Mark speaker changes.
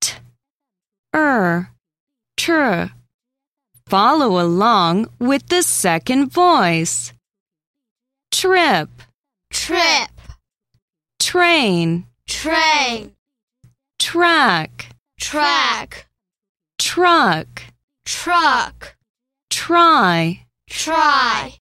Speaker 1: t, er, tr. Follow along with the second voice. Trip,
Speaker 2: trip,
Speaker 1: train,
Speaker 2: train,
Speaker 1: track,
Speaker 2: track,
Speaker 1: truck,
Speaker 2: truck,
Speaker 1: try.
Speaker 2: try.